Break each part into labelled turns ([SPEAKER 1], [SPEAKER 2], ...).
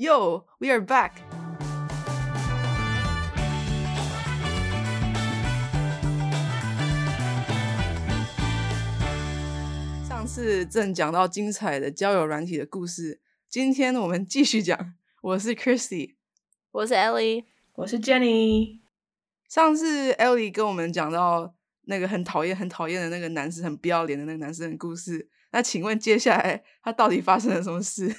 [SPEAKER 1] Yo, we are back. 上次正讲到精彩的交友软体的故事，今天我们继续讲。我是 Christy。
[SPEAKER 2] 我是 Ellie，
[SPEAKER 3] 我是 Jenny，
[SPEAKER 1] 上次 Ellie 跟我们讲到那个很讨厌、很讨厌的那个男生，很不要脸的那个男生的故事。那请问接下来他到底发生了什么事？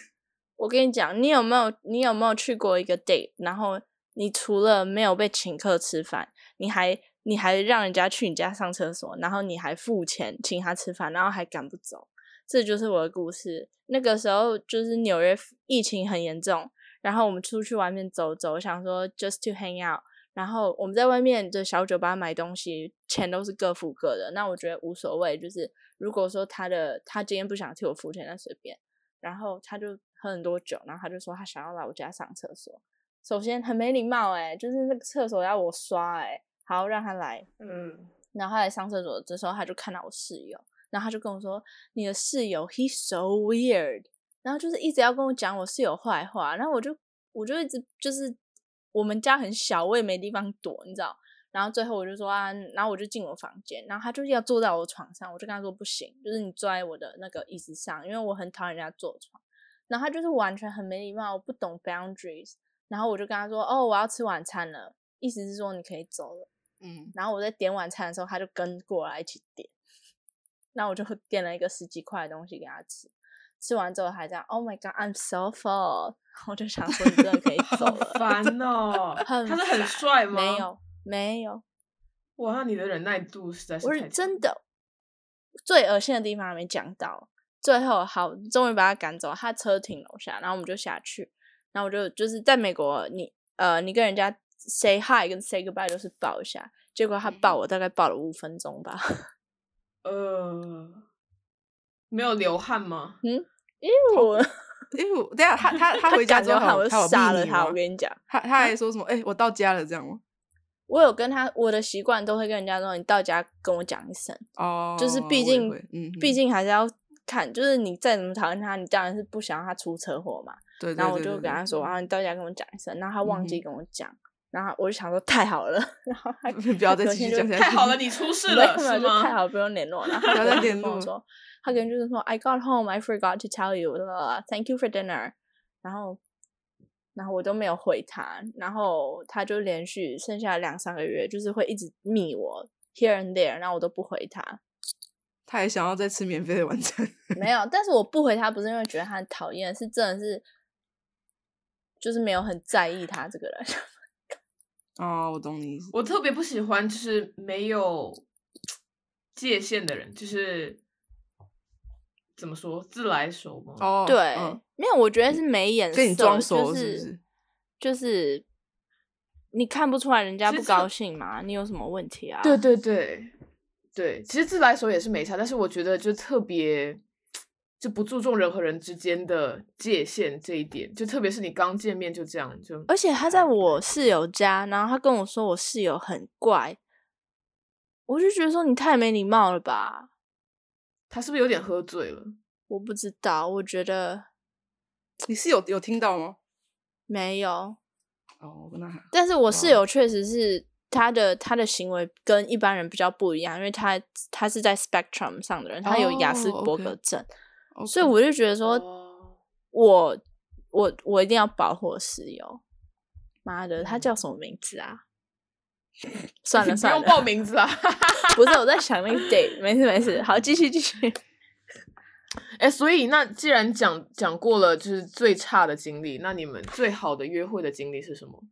[SPEAKER 2] 我跟你讲，你有没有你有没有去过一个 date？然后你除了没有被请客吃饭，你还你还让人家去你家上厕所，然后你还付钱请他吃饭，然后还赶不走，这就是我的故事。那个时候就是纽约疫情很严重，然后我们出去外面走走，想说 just to hang out。然后我们在外面的小酒吧买东西，钱都是各付各的。那我觉得无所谓，就是如果说他的他今天不想替我付钱，那随便。然后他就喝很多酒，然后他就说他想要来我家上厕所。首先很没礼貌哎、就是那个厕所要我刷哎、好让他来。
[SPEAKER 3] 嗯，
[SPEAKER 2] 然后他来上厕所的时候，他就看到我室友，然后他就跟我说：“你的室友 he's so weird。”然后就是一直要跟我讲我室友坏话，然后我就我就一直就是我们家很小，我也没地方躲，你知道。然后最后我就说啊，然后我就进我房间，然后他就是要坐在我床上，我就跟他说不行，就是你坐在我的那个椅子上，因为我很讨厌人家坐床。然后他就是完全很没礼貌，我不懂 boundaries。然后我就跟他说哦，我要吃晚餐了，意思是说你可以走了。
[SPEAKER 1] 嗯，
[SPEAKER 2] 然后我在点晚餐的时候，他就跟过来一起点，那我就点了一个十几块的东西给他吃。吃完之后还这样，Oh my God，I'm so full。我就想说，你真的可以走
[SPEAKER 3] 好
[SPEAKER 2] 了。
[SPEAKER 3] 烦哦、
[SPEAKER 2] 很
[SPEAKER 3] 他是很
[SPEAKER 2] 烦
[SPEAKER 3] 帅吗？
[SPEAKER 2] 没，有，没有，
[SPEAKER 3] 哇，你的忍耐度实在是
[SPEAKER 2] 我
[SPEAKER 3] 太
[SPEAKER 2] 是
[SPEAKER 3] 强
[SPEAKER 2] 真的。最恶心的地方还没讲到，最后好，终于把他赶走。他车停楼下，然后我们就下去。然后我就就是在美国，你呃，你跟人家 say hi 跟 say goodbye 就是抱一下，结果他
[SPEAKER 1] 嗯
[SPEAKER 2] 抱我大概抱了五分钟吧。
[SPEAKER 3] 呃，没有流 汗吗？
[SPEAKER 2] 因为我
[SPEAKER 1] 因为我等一下他他他回家
[SPEAKER 2] 赶
[SPEAKER 1] 之后
[SPEAKER 2] 流汗
[SPEAKER 1] 还有，
[SPEAKER 2] 我
[SPEAKER 1] 他
[SPEAKER 2] 就
[SPEAKER 1] 有
[SPEAKER 2] 杀
[SPEAKER 1] 密
[SPEAKER 2] 了
[SPEAKER 1] 你
[SPEAKER 2] 他。
[SPEAKER 1] 吗
[SPEAKER 2] 我跟你讲，
[SPEAKER 1] 他他还说什么？哎、我到家了，这样吗？
[SPEAKER 2] 我有跟他，我的习惯都会跟人家说，你到家跟我讲一声，
[SPEAKER 1] 哦，
[SPEAKER 2] 就是
[SPEAKER 1] 我
[SPEAKER 2] 毕
[SPEAKER 1] 也
[SPEAKER 2] 竟
[SPEAKER 1] 会，嗯，
[SPEAKER 2] 毕
[SPEAKER 1] 嗯
[SPEAKER 2] 竟还是要看，就是你再怎么讨厌他，你当然是不想让他出车祸嘛。
[SPEAKER 1] 对，对
[SPEAKER 2] 然后我
[SPEAKER 1] 对
[SPEAKER 2] 就
[SPEAKER 1] 对
[SPEAKER 2] 跟他
[SPEAKER 1] 对
[SPEAKER 2] 说，
[SPEAKER 3] 嗯
[SPEAKER 2] 啊，你到家跟我讲一声，然后他忘记
[SPEAKER 1] 嗯哼嗯
[SPEAKER 2] 跟我讲，然后我就想说太好了，然后他
[SPEAKER 1] 不要再
[SPEAKER 2] 隔
[SPEAKER 1] 继
[SPEAKER 2] 天
[SPEAKER 1] 续
[SPEAKER 2] 就
[SPEAKER 1] 讲下去，
[SPEAKER 3] 太 好了，你出事
[SPEAKER 2] 没有
[SPEAKER 3] 了
[SPEAKER 2] 没有
[SPEAKER 3] 是
[SPEAKER 2] 就太
[SPEAKER 3] 吗？
[SPEAKER 2] 好，不用 联络。然后
[SPEAKER 1] 不要
[SPEAKER 2] 他
[SPEAKER 1] 再
[SPEAKER 2] 就
[SPEAKER 1] 联
[SPEAKER 2] 跟
[SPEAKER 1] 络
[SPEAKER 2] 我说，他可能就是说，I got home, I forgot to tell you, blah, blah, blah, thank you for dinner。然后，然后我都没有回他，然后他就连续剩下两三个月，就是会一直密我 here and there，然后我都不回他。
[SPEAKER 1] 他还想要再吃免费的晚餐。
[SPEAKER 2] 没有，但是我不回他不是因为觉得他很讨厌，是真的是，就是没有很在意他这个人。
[SPEAKER 1] 哦，我懂你意思。
[SPEAKER 3] 我特别不喜欢就是没有界限的人，就是怎么说自来熟吗？
[SPEAKER 1] 哦，
[SPEAKER 2] 对，
[SPEAKER 1] 嗯
[SPEAKER 2] 没有，我觉得是没眼色，
[SPEAKER 1] 所以你装熟
[SPEAKER 2] 就是
[SPEAKER 1] 不
[SPEAKER 2] 是
[SPEAKER 1] 是？
[SPEAKER 2] 就是你看不出来人家
[SPEAKER 3] 其
[SPEAKER 2] 不
[SPEAKER 3] 实这
[SPEAKER 2] 高兴嘛？你有什么问题啊？
[SPEAKER 3] 对对对对，其实自来熟也是没差，但是我觉得就特别就不注重人和人之间的界限这一点，就特别是你刚见面就这样就，
[SPEAKER 2] 而且他
[SPEAKER 1] 嗯
[SPEAKER 2] 在我室友家，然后他跟我说我室友很怪，我就觉得说你太没礼貌了吧？
[SPEAKER 3] 他是不是有点喝醉了？
[SPEAKER 2] 我不知道，我觉得
[SPEAKER 1] 你是有有听到吗？
[SPEAKER 2] 没有，
[SPEAKER 1] 哦，那还
[SPEAKER 2] 但是我室
[SPEAKER 1] 哦
[SPEAKER 2] 友确实是他的他的行为跟一般人比较不一样，因为他他是在 spectrum 上的人，他有雅斯
[SPEAKER 1] 哦
[SPEAKER 2] 伯
[SPEAKER 1] ，OK
[SPEAKER 2] 格症，
[SPEAKER 1] OK
[SPEAKER 2] 所以我就觉得说
[SPEAKER 3] 哦
[SPEAKER 2] 我我我一定要保护我室友。妈的，他叫什么名字啊？ 算了
[SPEAKER 3] 你不
[SPEAKER 2] 算
[SPEAKER 3] 用
[SPEAKER 2] 了，
[SPEAKER 3] 报 名字啊！
[SPEAKER 2] 不是我在想那个 date，没事没事，好，继续继续。
[SPEAKER 3] 哎、所以那既然讲讲过了，就是最差的经历，那你们最好的约会的经历是什么？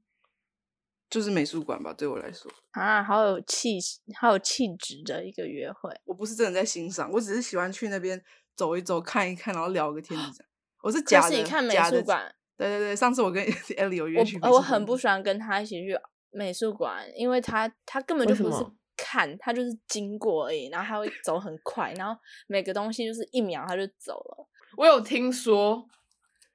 [SPEAKER 1] 就是美术馆吧，对我来说，
[SPEAKER 2] 啊，好有气，好有气质的一个约会。
[SPEAKER 1] 我不是真的在欣赏，我只是喜欢去那边走一走、看一看，然后聊个天就这样。我是假
[SPEAKER 2] 可
[SPEAKER 1] 的，
[SPEAKER 2] 是你看美
[SPEAKER 1] 假的
[SPEAKER 2] 术，馆，
[SPEAKER 1] 对对对，上次我跟 Ellie 有约去
[SPEAKER 2] 我
[SPEAKER 1] 美
[SPEAKER 2] 呃
[SPEAKER 1] 术
[SPEAKER 2] 我
[SPEAKER 1] 馆
[SPEAKER 2] 很不喜欢跟他一起去美术馆，因为他他根本就
[SPEAKER 3] 为什
[SPEAKER 2] 不是
[SPEAKER 3] 么
[SPEAKER 2] 看，他就是经过而已，然后他会走很快，然后每个东西就是一秒他就走了。
[SPEAKER 3] 我有听说，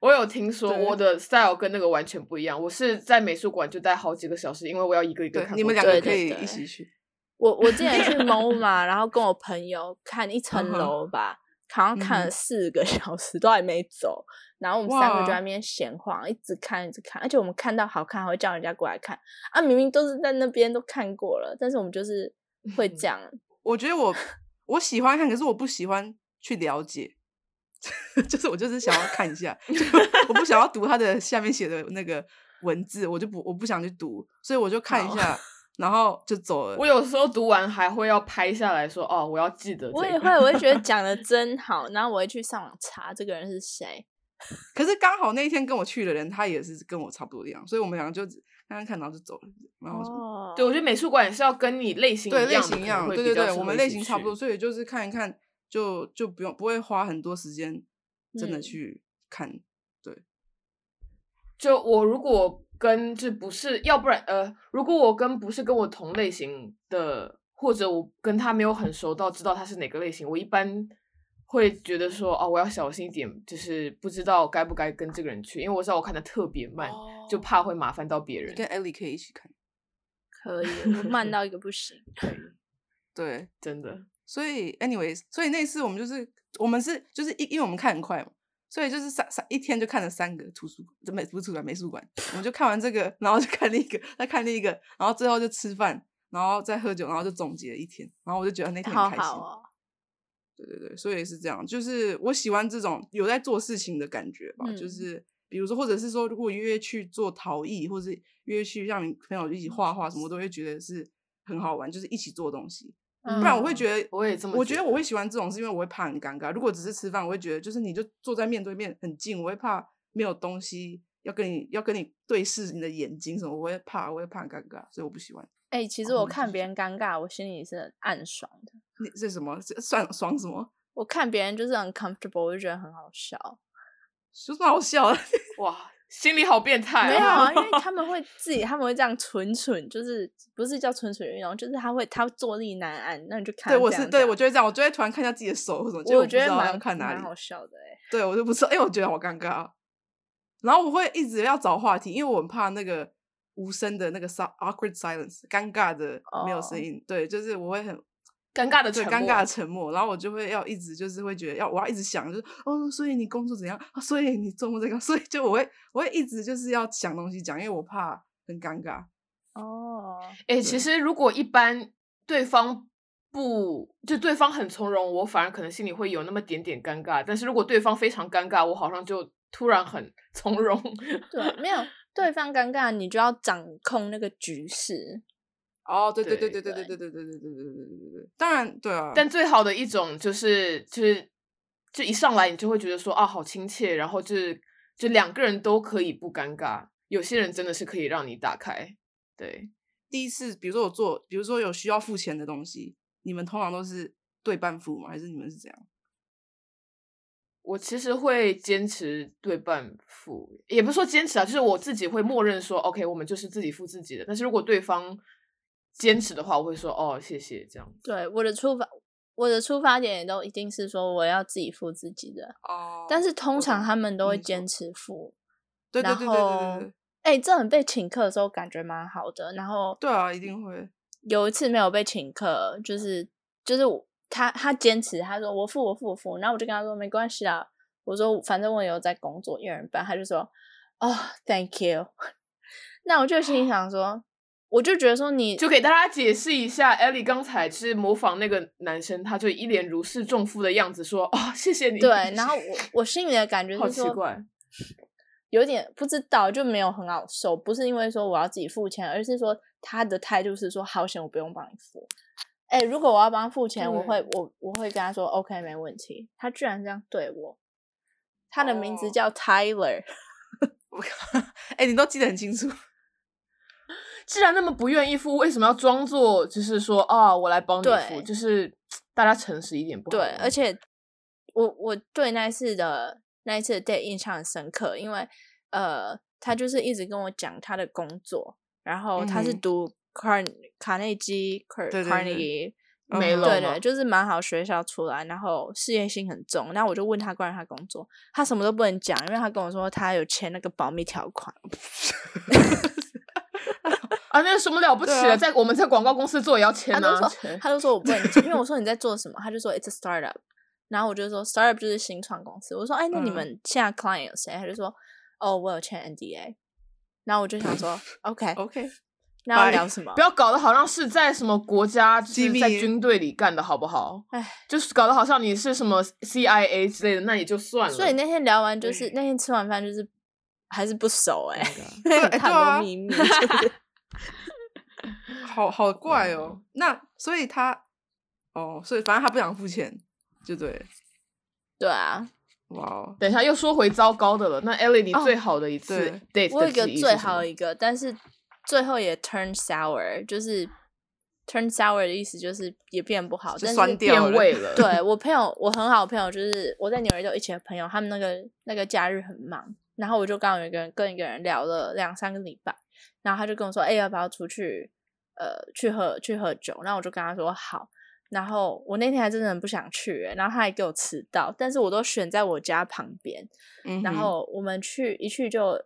[SPEAKER 3] 我有听说
[SPEAKER 1] 对
[SPEAKER 3] 我的 style 跟那个完全不一样。我是在美术馆就待好几个小时，因为我要一个一个
[SPEAKER 1] 对
[SPEAKER 3] 看过去。
[SPEAKER 1] 你们两个
[SPEAKER 2] 对
[SPEAKER 1] 可
[SPEAKER 2] 对
[SPEAKER 1] 以
[SPEAKER 2] 对
[SPEAKER 1] 一起去。
[SPEAKER 2] 我我之前去 MoMA，然后跟我朋友看一层
[SPEAKER 3] 嗯哼
[SPEAKER 2] 楼吧，好像看
[SPEAKER 1] 嗯
[SPEAKER 2] 了四个小时都还没走，然后我们
[SPEAKER 1] 哇
[SPEAKER 2] 三个就在那边闲晃，一直看一直看，而且我们看到好看还会叫人家过来看啊，明明都是在那边都看过了，但是我们就是会这样，
[SPEAKER 1] 我觉得我我喜欢看，可是我不喜欢去了解， 就是我就是想要看一下，就 我不想要读他的下面写的那个文字，我就不我不想去读，所以我就看一
[SPEAKER 2] 好
[SPEAKER 1] 下，然后就走了。
[SPEAKER 3] 我有时候读完还会要拍下来说，哦，我要记得、这个。
[SPEAKER 2] 我 也会，我会觉得讲的真好，然后我会去上网查这个人是谁，
[SPEAKER 1] 可是刚好那一天跟我去的人，他也是跟我差不多一样，所以我们两个就只看看看，然后就走了。然后我就、
[SPEAKER 2] 哦，
[SPEAKER 3] 对，我觉得美术馆也是要跟你类型
[SPEAKER 1] 对
[SPEAKER 3] 一
[SPEAKER 1] 类
[SPEAKER 3] 样的，
[SPEAKER 1] 型一样，
[SPEAKER 3] 可能会
[SPEAKER 1] 对
[SPEAKER 3] 比
[SPEAKER 1] 对
[SPEAKER 3] 较
[SPEAKER 1] 对，
[SPEAKER 3] 适
[SPEAKER 1] 我
[SPEAKER 3] 合
[SPEAKER 1] 们
[SPEAKER 3] 一
[SPEAKER 1] 类
[SPEAKER 3] 起
[SPEAKER 1] 型差不
[SPEAKER 3] 去
[SPEAKER 1] 多，。所以就是看一看，就就不用不会花很多时间真的
[SPEAKER 2] 嗯
[SPEAKER 1] 去看。
[SPEAKER 3] 就我如果跟就不是，要不然呃，如果我跟不是跟我同类型的，或者我跟他没有很熟到知道他是哪个类型，我一般会觉得说哦，我要小心一点，就是不知道该不该跟这个人去，因为我知道我看的特别
[SPEAKER 2] 哦
[SPEAKER 3] 慢，
[SPEAKER 1] 哦
[SPEAKER 3] 就怕会麻烦到别
[SPEAKER 1] 你
[SPEAKER 3] 人。
[SPEAKER 1] 跟 Ellie 可以一起看，
[SPEAKER 2] 可以，我慢到一个不行，
[SPEAKER 1] 对，
[SPEAKER 3] 真的，
[SPEAKER 1] 所以，anyways，所以那次我们就是我们是就是一，因为我们看很快嘛，所以就是三三一天就看了三个图书馆，这美不是图书馆美术馆，我们就看完这个，然后就看另一个，再看另一个，然后最后就吃饭，然后再喝酒，然后就总结了一天，然后我就觉得那天
[SPEAKER 2] 好
[SPEAKER 1] 很开心。
[SPEAKER 2] 好哦，
[SPEAKER 1] 对对对，所以是这样，就是我喜欢这种有在做事情的感觉吧，就
[SPEAKER 2] 嗯
[SPEAKER 1] 是比如说，或者是说，如果约去做陶艺，或是约去让朋友一起画画什么，我都会觉得是很好玩，就是一起做东西。
[SPEAKER 2] 嗯
[SPEAKER 1] 不然我会觉得，
[SPEAKER 3] 我也这么
[SPEAKER 1] 我
[SPEAKER 3] 觉
[SPEAKER 1] 觉得
[SPEAKER 3] 得
[SPEAKER 1] 我会喜欢这种，是因为我会怕很尴尬。如果只是吃饭，我会觉得就是你就坐在面对面很近，我会怕没有东西要跟你要跟你对视你的眼睛什么，我会怕，我会怕很尴尬，所以我不喜欢。
[SPEAKER 2] 哎、其实
[SPEAKER 1] 哦
[SPEAKER 2] 我
[SPEAKER 1] 你
[SPEAKER 2] 看
[SPEAKER 1] 继
[SPEAKER 2] 别人尴尬，我心里是很暗爽的。
[SPEAKER 1] 你这什么？这算爽什么？
[SPEAKER 2] 我看别人就是很 comfortable，我就觉得很好笑。
[SPEAKER 1] 就是好笑的。
[SPEAKER 3] 哇，心里好变态、
[SPEAKER 1] 哎
[SPEAKER 3] 哦
[SPEAKER 2] 没有啊，因 为他们会自己，他们会这样蠢蠢，就是不是叫蠢蠢欲动，就是他会他会坐立难安，那你就看
[SPEAKER 1] 对，
[SPEAKER 2] 他
[SPEAKER 1] 我
[SPEAKER 2] 这
[SPEAKER 1] 是
[SPEAKER 2] 样
[SPEAKER 1] 对
[SPEAKER 2] 讲
[SPEAKER 1] 我就会这样，我就会突然看一下自己的手或什么，就
[SPEAKER 2] 我
[SPEAKER 1] 不
[SPEAKER 2] 觉
[SPEAKER 1] 知
[SPEAKER 2] 得
[SPEAKER 1] 道
[SPEAKER 2] 蛮
[SPEAKER 1] 要看哪
[SPEAKER 2] 蛮好
[SPEAKER 1] 里，
[SPEAKER 2] 笑的哎、
[SPEAKER 1] 对我就不知道，因为我觉得好尴尬啊。然后我会一直要找话题，因为我很怕那个无声的那个 sil- awkward silence，尴尬的没有声
[SPEAKER 2] 哦
[SPEAKER 1] 音。对，就是我会很
[SPEAKER 3] 尴尬的
[SPEAKER 1] 对
[SPEAKER 3] 沉
[SPEAKER 1] 尴
[SPEAKER 3] 默啊
[SPEAKER 1] 尬的沉默，然后我就会要一直就是会觉得要我要一直想，就是哦，所以你工作怎样？啊、所以你周末怎样？ 所以就我会我会一直就是要想东西讲，因为我怕很尴尬。
[SPEAKER 2] 哦，
[SPEAKER 3] 诶，其
[SPEAKER 1] 对
[SPEAKER 3] 实如果一般对方不就对方很从容，我反而可能心里会有那么点点尴尬。但是如果对方非常尴尬，我好像就突然很 从容。
[SPEAKER 2] 对，啊没有对方尴尬，你就要掌控那个局势。
[SPEAKER 1] 哦，对对对对
[SPEAKER 3] 对
[SPEAKER 1] 对对对对对对对对对对对对，当然对啊，
[SPEAKER 3] 但最好的一种就是就是就一上来你就会觉得说啊好亲切，然后就是就两个人都可以不尴尬。有些人真的是可以让你打开，对，
[SPEAKER 1] 第一次，比如说我做，比如说有需要付钱的东西，你们通常都是对半付吗？还是你们是怎样？
[SPEAKER 3] 我其实会坚持对半付，也不是说坚持啊，就是我自己会默认说，OK，我们就是自己付自己的。但是如果对方坚持的话，我会说，哦，谢谢，这样。
[SPEAKER 2] 对，我的出发，我的出发点也都一定是说我要自己付自己的，
[SPEAKER 1] 哦
[SPEAKER 2] 但是通常他们都会
[SPEAKER 1] 没错
[SPEAKER 2] 坚持付。
[SPEAKER 1] 对对
[SPEAKER 2] 然
[SPEAKER 1] 对对对
[SPEAKER 2] 后
[SPEAKER 1] 对，
[SPEAKER 2] 哎、这很被请客的时候感觉蛮好的。然后
[SPEAKER 1] 对啊，一定会。
[SPEAKER 2] 有一次没有被请客，就是就是我他他坚持，他说我付我付我付，然后我就跟他说没关系啊，我说反正我有在工作，一人半，他就说哦、t h a n k you。那我就心里想说，我就觉得说你
[SPEAKER 3] 就给大家解释一下，Ellie 刚才是模仿那个男生，他就一脸如释重负的样子说，哦，谢谢你。
[SPEAKER 2] 对，然后我我心里的感觉
[SPEAKER 3] 好
[SPEAKER 2] 是
[SPEAKER 3] 奇
[SPEAKER 2] 说，
[SPEAKER 3] 怪，
[SPEAKER 2] 有点不知道，就没有很好受。不是因为说我要自己付钱，而是说他的态度是说好险我不用帮你付。哎、如果我要帮他付钱，我会我我会跟他说 OK 没问题。他居然这样对我，他的名字
[SPEAKER 1] 哦
[SPEAKER 2] 叫 Tyler，、
[SPEAKER 1] 我靠， 哎、你都记得很清楚。
[SPEAKER 3] 既然那么不愿意付，为什么要装作就是说，啊、我来帮你付？
[SPEAKER 2] 对
[SPEAKER 3] 就是大家诚实一点不好
[SPEAKER 2] 对
[SPEAKER 3] 吗？，
[SPEAKER 2] 而且我我对那一次的那一次的 date 印象很深刻，因为呃，他就是一直跟我讲他的工作，然后他
[SPEAKER 1] 嗯
[SPEAKER 2] 是
[SPEAKER 1] 哼
[SPEAKER 2] 读 Car 卡内基 Car
[SPEAKER 1] 对对对
[SPEAKER 2] Carnegie
[SPEAKER 1] 嗯
[SPEAKER 3] 没
[SPEAKER 1] 哼
[SPEAKER 3] 了
[SPEAKER 2] 对
[SPEAKER 3] 吗
[SPEAKER 2] 对，就是蛮好学校出来，然后事业心很重。那我就问他关于他工作，他什么都不能讲，因为他跟我说他有签那个保密条款。
[SPEAKER 3] 啊，那有什么了不起
[SPEAKER 1] 对
[SPEAKER 3] 的，
[SPEAKER 1] 啊
[SPEAKER 3] 在我们在广告公司做也要签
[SPEAKER 2] 他都
[SPEAKER 3] 啊
[SPEAKER 2] 说。他都说我不能讲，因为我说你在做什么，他就说 it's a startup。然后我就说 startup 就是新创公司，我说哎，那你
[SPEAKER 1] 嗯
[SPEAKER 2] 们现在 client 有谁？他就说哦，我有签 NDA。然后我就想 说 OK，
[SPEAKER 1] OK，
[SPEAKER 2] 那要
[SPEAKER 1] 拜
[SPEAKER 2] 聊什么
[SPEAKER 3] Oh 不？要搞得好像是在什么国家，就
[SPEAKER 1] 机
[SPEAKER 3] 是
[SPEAKER 1] 密
[SPEAKER 3] 在军队里干的好不好？
[SPEAKER 2] 哎，
[SPEAKER 3] 就是搞得好像你是什么 CIA 之类的，那也就算了。
[SPEAKER 2] 所以那天聊完就是那天吃完饭就是还是不熟 哎、因 为有
[SPEAKER 1] 对
[SPEAKER 2] 太
[SPEAKER 1] 啊
[SPEAKER 2] 多秘密，就是
[SPEAKER 1] 好好怪哦。那所以他，哦，所以反正他不想付钱，就对了。
[SPEAKER 2] 对啊，
[SPEAKER 1] 哇哦，
[SPEAKER 3] 等一下又说回糟糕的了。那 Ellie，你
[SPEAKER 2] 哦
[SPEAKER 3] 最好的一次
[SPEAKER 1] 对
[SPEAKER 3] date
[SPEAKER 2] 我有
[SPEAKER 3] 的
[SPEAKER 2] 一个
[SPEAKER 3] 记忆是
[SPEAKER 2] 最
[SPEAKER 3] 什么
[SPEAKER 2] 好的一个，但是最后也 turn sour，就是 turn sour 的意思就是也变不好，
[SPEAKER 1] 就
[SPEAKER 2] 但是
[SPEAKER 1] 酸掉
[SPEAKER 3] 变味了。，
[SPEAKER 2] 对我朋友，我很好的朋友，就是我在纽约就一起的朋友，他们那个那个假日很忙，然后我就刚好有一个人跟一个人聊了两三个礼拜，然后他就跟我说，哎、要不要出去，呃，去喝去喝酒？然后我就跟他说好。然后我那天还真的很不想去欸、然后他还给我迟到，但是我都选在我家旁边，
[SPEAKER 1] 嗯哼，
[SPEAKER 2] 然后我们去一去就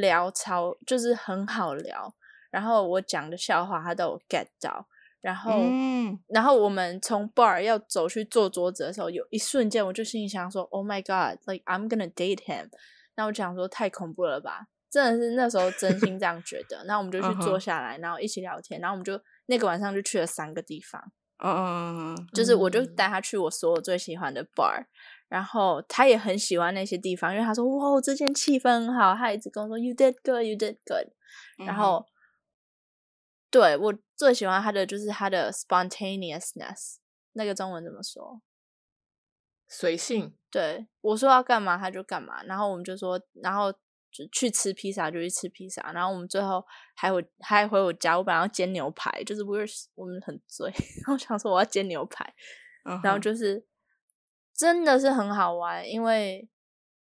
[SPEAKER 2] 聊超，就是很好聊，然后我讲的笑话他都有 get 到，然后、
[SPEAKER 1] 嗯，
[SPEAKER 2] 然后我们从 bar 要走去坐桌子的时候，有一瞬间我就心里想说，Oh my God，like I'm gonna date him。那我想说太恐怖了吧，真的是那时候真心这样觉得。然后我们就去
[SPEAKER 1] 嗯
[SPEAKER 2] 坐
[SPEAKER 1] 哼
[SPEAKER 2] 下来，然后一起聊天，然后我们就那个晚上就去了三个地方，
[SPEAKER 1] 嗯嗯嗯嗯
[SPEAKER 2] 就是我就
[SPEAKER 3] 嗯
[SPEAKER 2] 带他去我所有最喜欢的 bar。然后他也很喜欢那些地方，因为他说：“哇，这间气氛很好。”他一直跟我说：“You did good, you did good。”
[SPEAKER 1] 嗯，
[SPEAKER 2] 然后，对我最喜欢他的就是他的 spontaneousness，那个中文怎么说？
[SPEAKER 3] 随性。
[SPEAKER 2] 对我说要干嘛他就干嘛，然后我们就说，然后就去吃披萨就去吃披萨，然后我们最后还我还回我家，我本来要煎牛排，就是 we were 我们很醉， 然后我想说我要煎牛排，
[SPEAKER 1] 嗯
[SPEAKER 2] 然后
[SPEAKER 1] 哼
[SPEAKER 2] 就是真的是很好玩，因为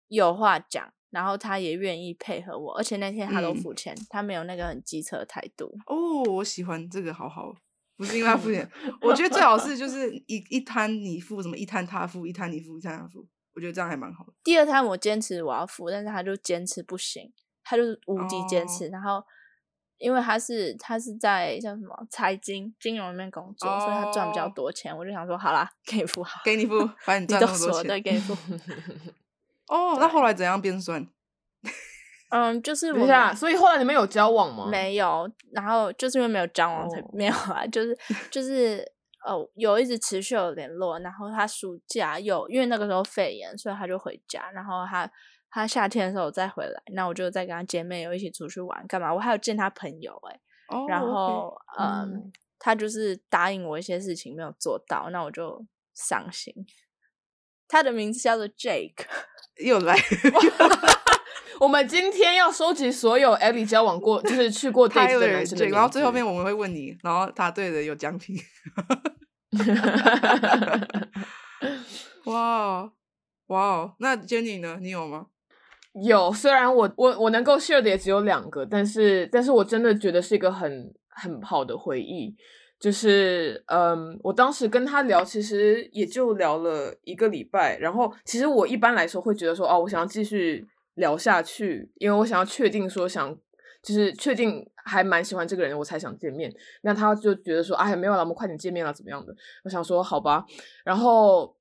[SPEAKER 2] 有话讲，然后他也愿意配合我，而且那天他都
[SPEAKER 1] 嗯
[SPEAKER 2] 付钱，他没有那个很机车的态度。
[SPEAKER 1] 哦，我喜欢这个，好好，不是因为他付钱，我觉得最好是就是一一摊你付，什么一摊他付，一摊你付，一摊他付，我觉得这样还蛮好的。
[SPEAKER 2] 第二摊我坚持我要付，但是他就坚持不行，他就是无敌坚
[SPEAKER 1] 哦
[SPEAKER 2] 持。然后因为他是他是在叫什么财经金融里面工作，所以他赚比较
[SPEAKER 1] 哦
[SPEAKER 2] 多钱。我就想说，好啦，给你付 好，
[SPEAKER 1] 给你付，反正你
[SPEAKER 2] 你
[SPEAKER 1] 赚
[SPEAKER 2] 都
[SPEAKER 1] 那么多
[SPEAKER 2] 说对，
[SPEAKER 1] 钱。
[SPEAKER 2] 给你付。
[SPEAKER 1] 哦，那后来怎样变酸？
[SPEAKER 2] 嗯， 就是
[SPEAKER 3] 等
[SPEAKER 2] 我
[SPEAKER 3] 一下，
[SPEAKER 2] 们
[SPEAKER 3] 所以后来你们有交往吗？。
[SPEAKER 2] 没有，然后就是因为没有交往才、
[SPEAKER 3] 哦
[SPEAKER 2] 没有啊，就是就是。哦，有一直持续有联络，然后他暑假有，因为那个时候肺炎，所以他就回家，然后他他夏天的时候再回来，那我就再跟他见面，有一起出去玩干嘛？我还有见他朋友哎、
[SPEAKER 1] 哦，
[SPEAKER 2] 然
[SPEAKER 1] OK
[SPEAKER 2] 后嗯
[SPEAKER 3] 嗯，
[SPEAKER 2] 他就是答应我一些事情没有做到，那我就伤心。他的名字叫做 Jake，
[SPEAKER 1] 又来，
[SPEAKER 3] 我们今天要收集所有 Ellie 交往过，就是 去过 date 的
[SPEAKER 1] Tyler
[SPEAKER 3] 男生的
[SPEAKER 1] Jake，
[SPEAKER 3] 名字
[SPEAKER 1] 然后最后面我们会问你，然后答对的有奖品。哇哦哇哦，那 Jenny 呢？你有吗？
[SPEAKER 3] 有，虽然我我我能够 share 的也只有两个，但是但是我真的觉得是一个很很好的回忆。就是嗯，我当时跟他聊，其实也就聊了一个礼拜。然后其实我一般来说会觉得说，哦，我想要继续聊下去，因为我想要确定说想就是确定还蛮喜欢这个人，我才想见面。那他就觉得说，哎，没有了，我们快点见面了，怎么样的？我想说，好吧。然后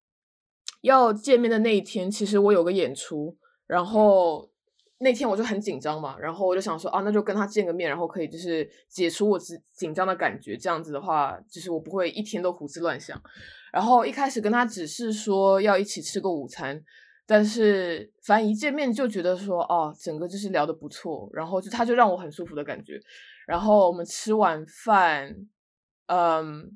[SPEAKER 3] 要见面的那一天，其实我有个演出，然后那天我就很紧张嘛，然后我就想说啊，那就跟他见个面，然后可以就是解除我紧紧张的感觉。这样子的话，就是我不会一天都胡思乱想。然后一开始跟他只是说要一起吃个午餐，但是反正一见面就觉得说哦，整个就是聊得不错，然后就他就让我很舒服的感觉。然后我们吃完饭，嗯，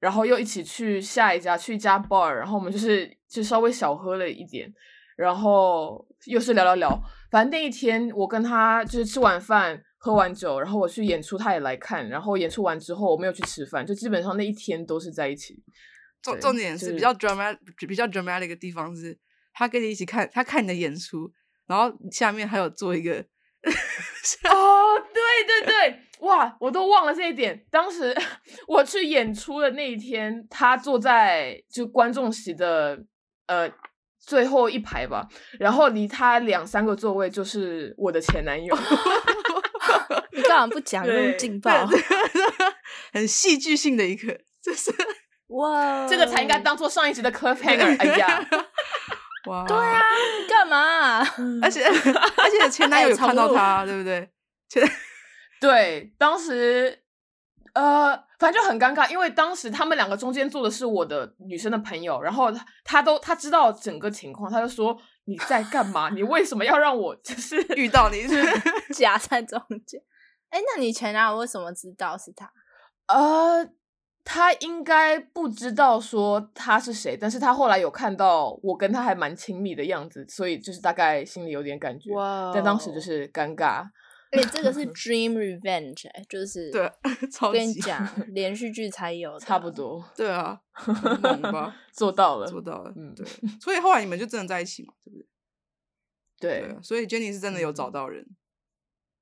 [SPEAKER 3] 然后又一起去下一家，去一家 bar，然后我们就是就稍微小喝了一点，然后又是聊聊聊。反正那一天我跟他就是吃完饭。喝完酒，然后我去演出，他也来看。然后演出完之后，我没有去吃饭，就基本上那一天都是在一起。
[SPEAKER 1] 重
[SPEAKER 3] 对
[SPEAKER 1] 重点
[SPEAKER 3] 就是是
[SPEAKER 1] 比较 dramatic 比较 dramatic 的地方是，他跟你一起看，他看你的演出，然后下面还有做一个，
[SPEAKER 3] 哦，对对对，哇，我都忘了这一点。当时 我去演出的那一天，他坐在就观众席的呃最后一排吧，然后离他两三个座位就是我的前男友。
[SPEAKER 2] 你啊干嘛不讲那 么
[SPEAKER 3] 对
[SPEAKER 2] 劲爆？
[SPEAKER 1] 很戏剧性的一个，就是
[SPEAKER 2] 哇，
[SPEAKER 3] 这个才应该当做上一集的 cliffhanger。哎 呀，
[SPEAKER 1] 哇，哦
[SPEAKER 2] 对啊，，你干嘛啊、
[SPEAKER 1] 而且而且前男友有看到他，对不对？
[SPEAKER 3] 对，当时呃，反正就很尴尬，因为当时他们两个中间坐的是我的女生的朋友，然后他他都他知道整个情况，他就说你在干嘛？你为什么要让我就是
[SPEAKER 1] 遇到你，
[SPEAKER 2] 夹在中间。哎，那你前男友为什么知道是他？
[SPEAKER 3] 呃，他应该不知道说他是谁，但是他后来有看到我跟他还蛮亲密的样子，所以就是大概心里有点感觉。
[SPEAKER 2] 哇
[SPEAKER 3] 但当时就，是尴尬，
[SPEAKER 2] 而且这个是 dream revenge，、哎，就是
[SPEAKER 1] 对，超
[SPEAKER 2] 我跟你
[SPEAKER 1] 级
[SPEAKER 2] 讲，连续剧才有的，
[SPEAKER 3] 差不多
[SPEAKER 1] 对啊，很猛吧？
[SPEAKER 3] 做到了。
[SPEAKER 1] 做到了，
[SPEAKER 3] 嗯
[SPEAKER 1] 对。所以后来你们就真的在一起嘛，对不对？对
[SPEAKER 3] 对
[SPEAKER 1] 啊，，所以 Jenny 是真的有找到人，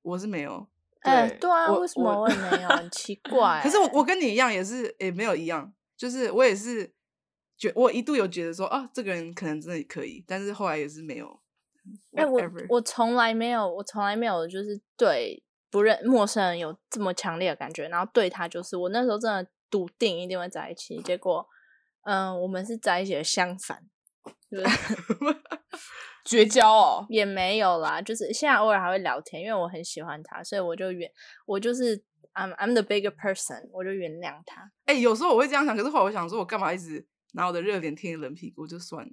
[SPEAKER 1] 我是没有。
[SPEAKER 2] 哎、
[SPEAKER 3] 对
[SPEAKER 2] 对啊，
[SPEAKER 3] 我
[SPEAKER 2] 为什么
[SPEAKER 3] 我
[SPEAKER 2] 我也没有？很奇 怪、欸
[SPEAKER 1] 可是我我跟你一样，也是也没有一样，就是我也是觉，我一度有觉得说啊，这个人可能真的可以，但是后来也是没有。
[SPEAKER 2] 哎、我
[SPEAKER 1] whatever
[SPEAKER 2] 我从来没有，我从来没有就是对不认陌生人有这么强烈的感觉，然后对他就是我那时候真的笃定一定会在一起，结果，嗯、我们是在一起的相反，就是
[SPEAKER 3] 绝交哦。
[SPEAKER 2] 也没有啦，就是现在偶尔还会聊天，因为我很喜欢他，所以我就原我就是 I'm I'm the bigger person，我就原谅他。
[SPEAKER 1] 哎、有时候我会这样想，可是后来我想说，我干嘛一直拿我的热脸贴你冷屁股，就算了。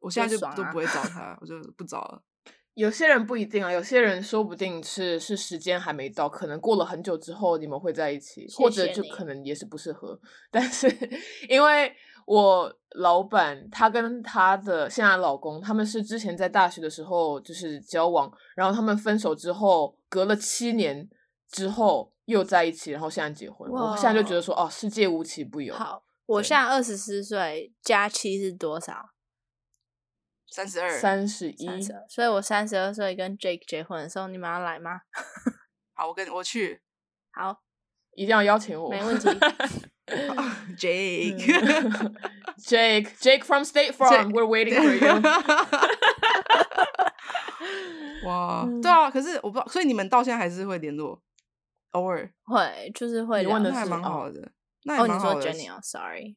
[SPEAKER 1] 我现在
[SPEAKER 2] 就
[SPEAKER 1] 就
[SPEAKER 2] 爽
[SPEAKER 1] 都
[SPEAKER 2] 啊
[SPEAKER 1] 不会找他， 我就不找了。
[SPEAKER 3] 有些人不一定啊，有些人说不定是是时间还没到，可能过了很久之后你们会在一起，
[SPEAKER 2] 谢
[SPEAKER 3] 或者
[SPEAKER 2] 谢
[SPEAKER 3] 就
[SPEAKER 2] 你
[SPEAKER 3] 可能也是不适合。 但是因为我老板她跟她的现在的老公，他们是之前在大学的时候就是交往，然后他们分手之后，隔了七年之后又在一起，然后现在结婚。我现在就觉得说，哦，世界无奇不有。
[SPEAKER 2] 好，我
[SPEAKER 3] 对
[SPEAKER 2] 现在二十四岁，加七是多少？
[SPEAKER 1] 三十二，
[SPEAKER 3] 三十一，
[SPEAKER 2] 三十二。所以我三十二岁跟 Jake 结婚的时候，你们要来吗？
[SPEAKER 1] 好，我跟你我 去
[SPEAKER 2] 好，
[SPEAKER 3] 一定要邀请我。
[SPEAKER 2] 没 问题。
[SPEAKER 1] Jake。
[SPEAKER 2] 嗯
[SPEAKER 3] Jake, Jake from State Farm, we're waiting for you.
[SPEAKER 1] 哇，
[SPEAKER 2] 嗯
[SPEAKER 1] 对啊，可是我不知道，所以你们到现在还是会联络，偶尔，
[SPEAKER 2] 会，就是会
[SPEAKER 3] 你
[SPEAKER 2] 聊
[SPEAKER 3] 问
[SPEAKER 1] 那
[SPEAKER 3] 的
[SPEAKER 2] 天
[SPEAKER 1] 还
[SPEAKER 3] 是
[SPEAKER 1] 蛮
[SPEAKER 3] 哦
[SPEAKER 1] 好的。那也
[SPEAKER 2] 哦，你
[SPEAKER 1] 蛮
[SPEAKER 2] 说
[SPEAKER 1] 好的。
[SPEAKER 2] Jenny 哦，sorry，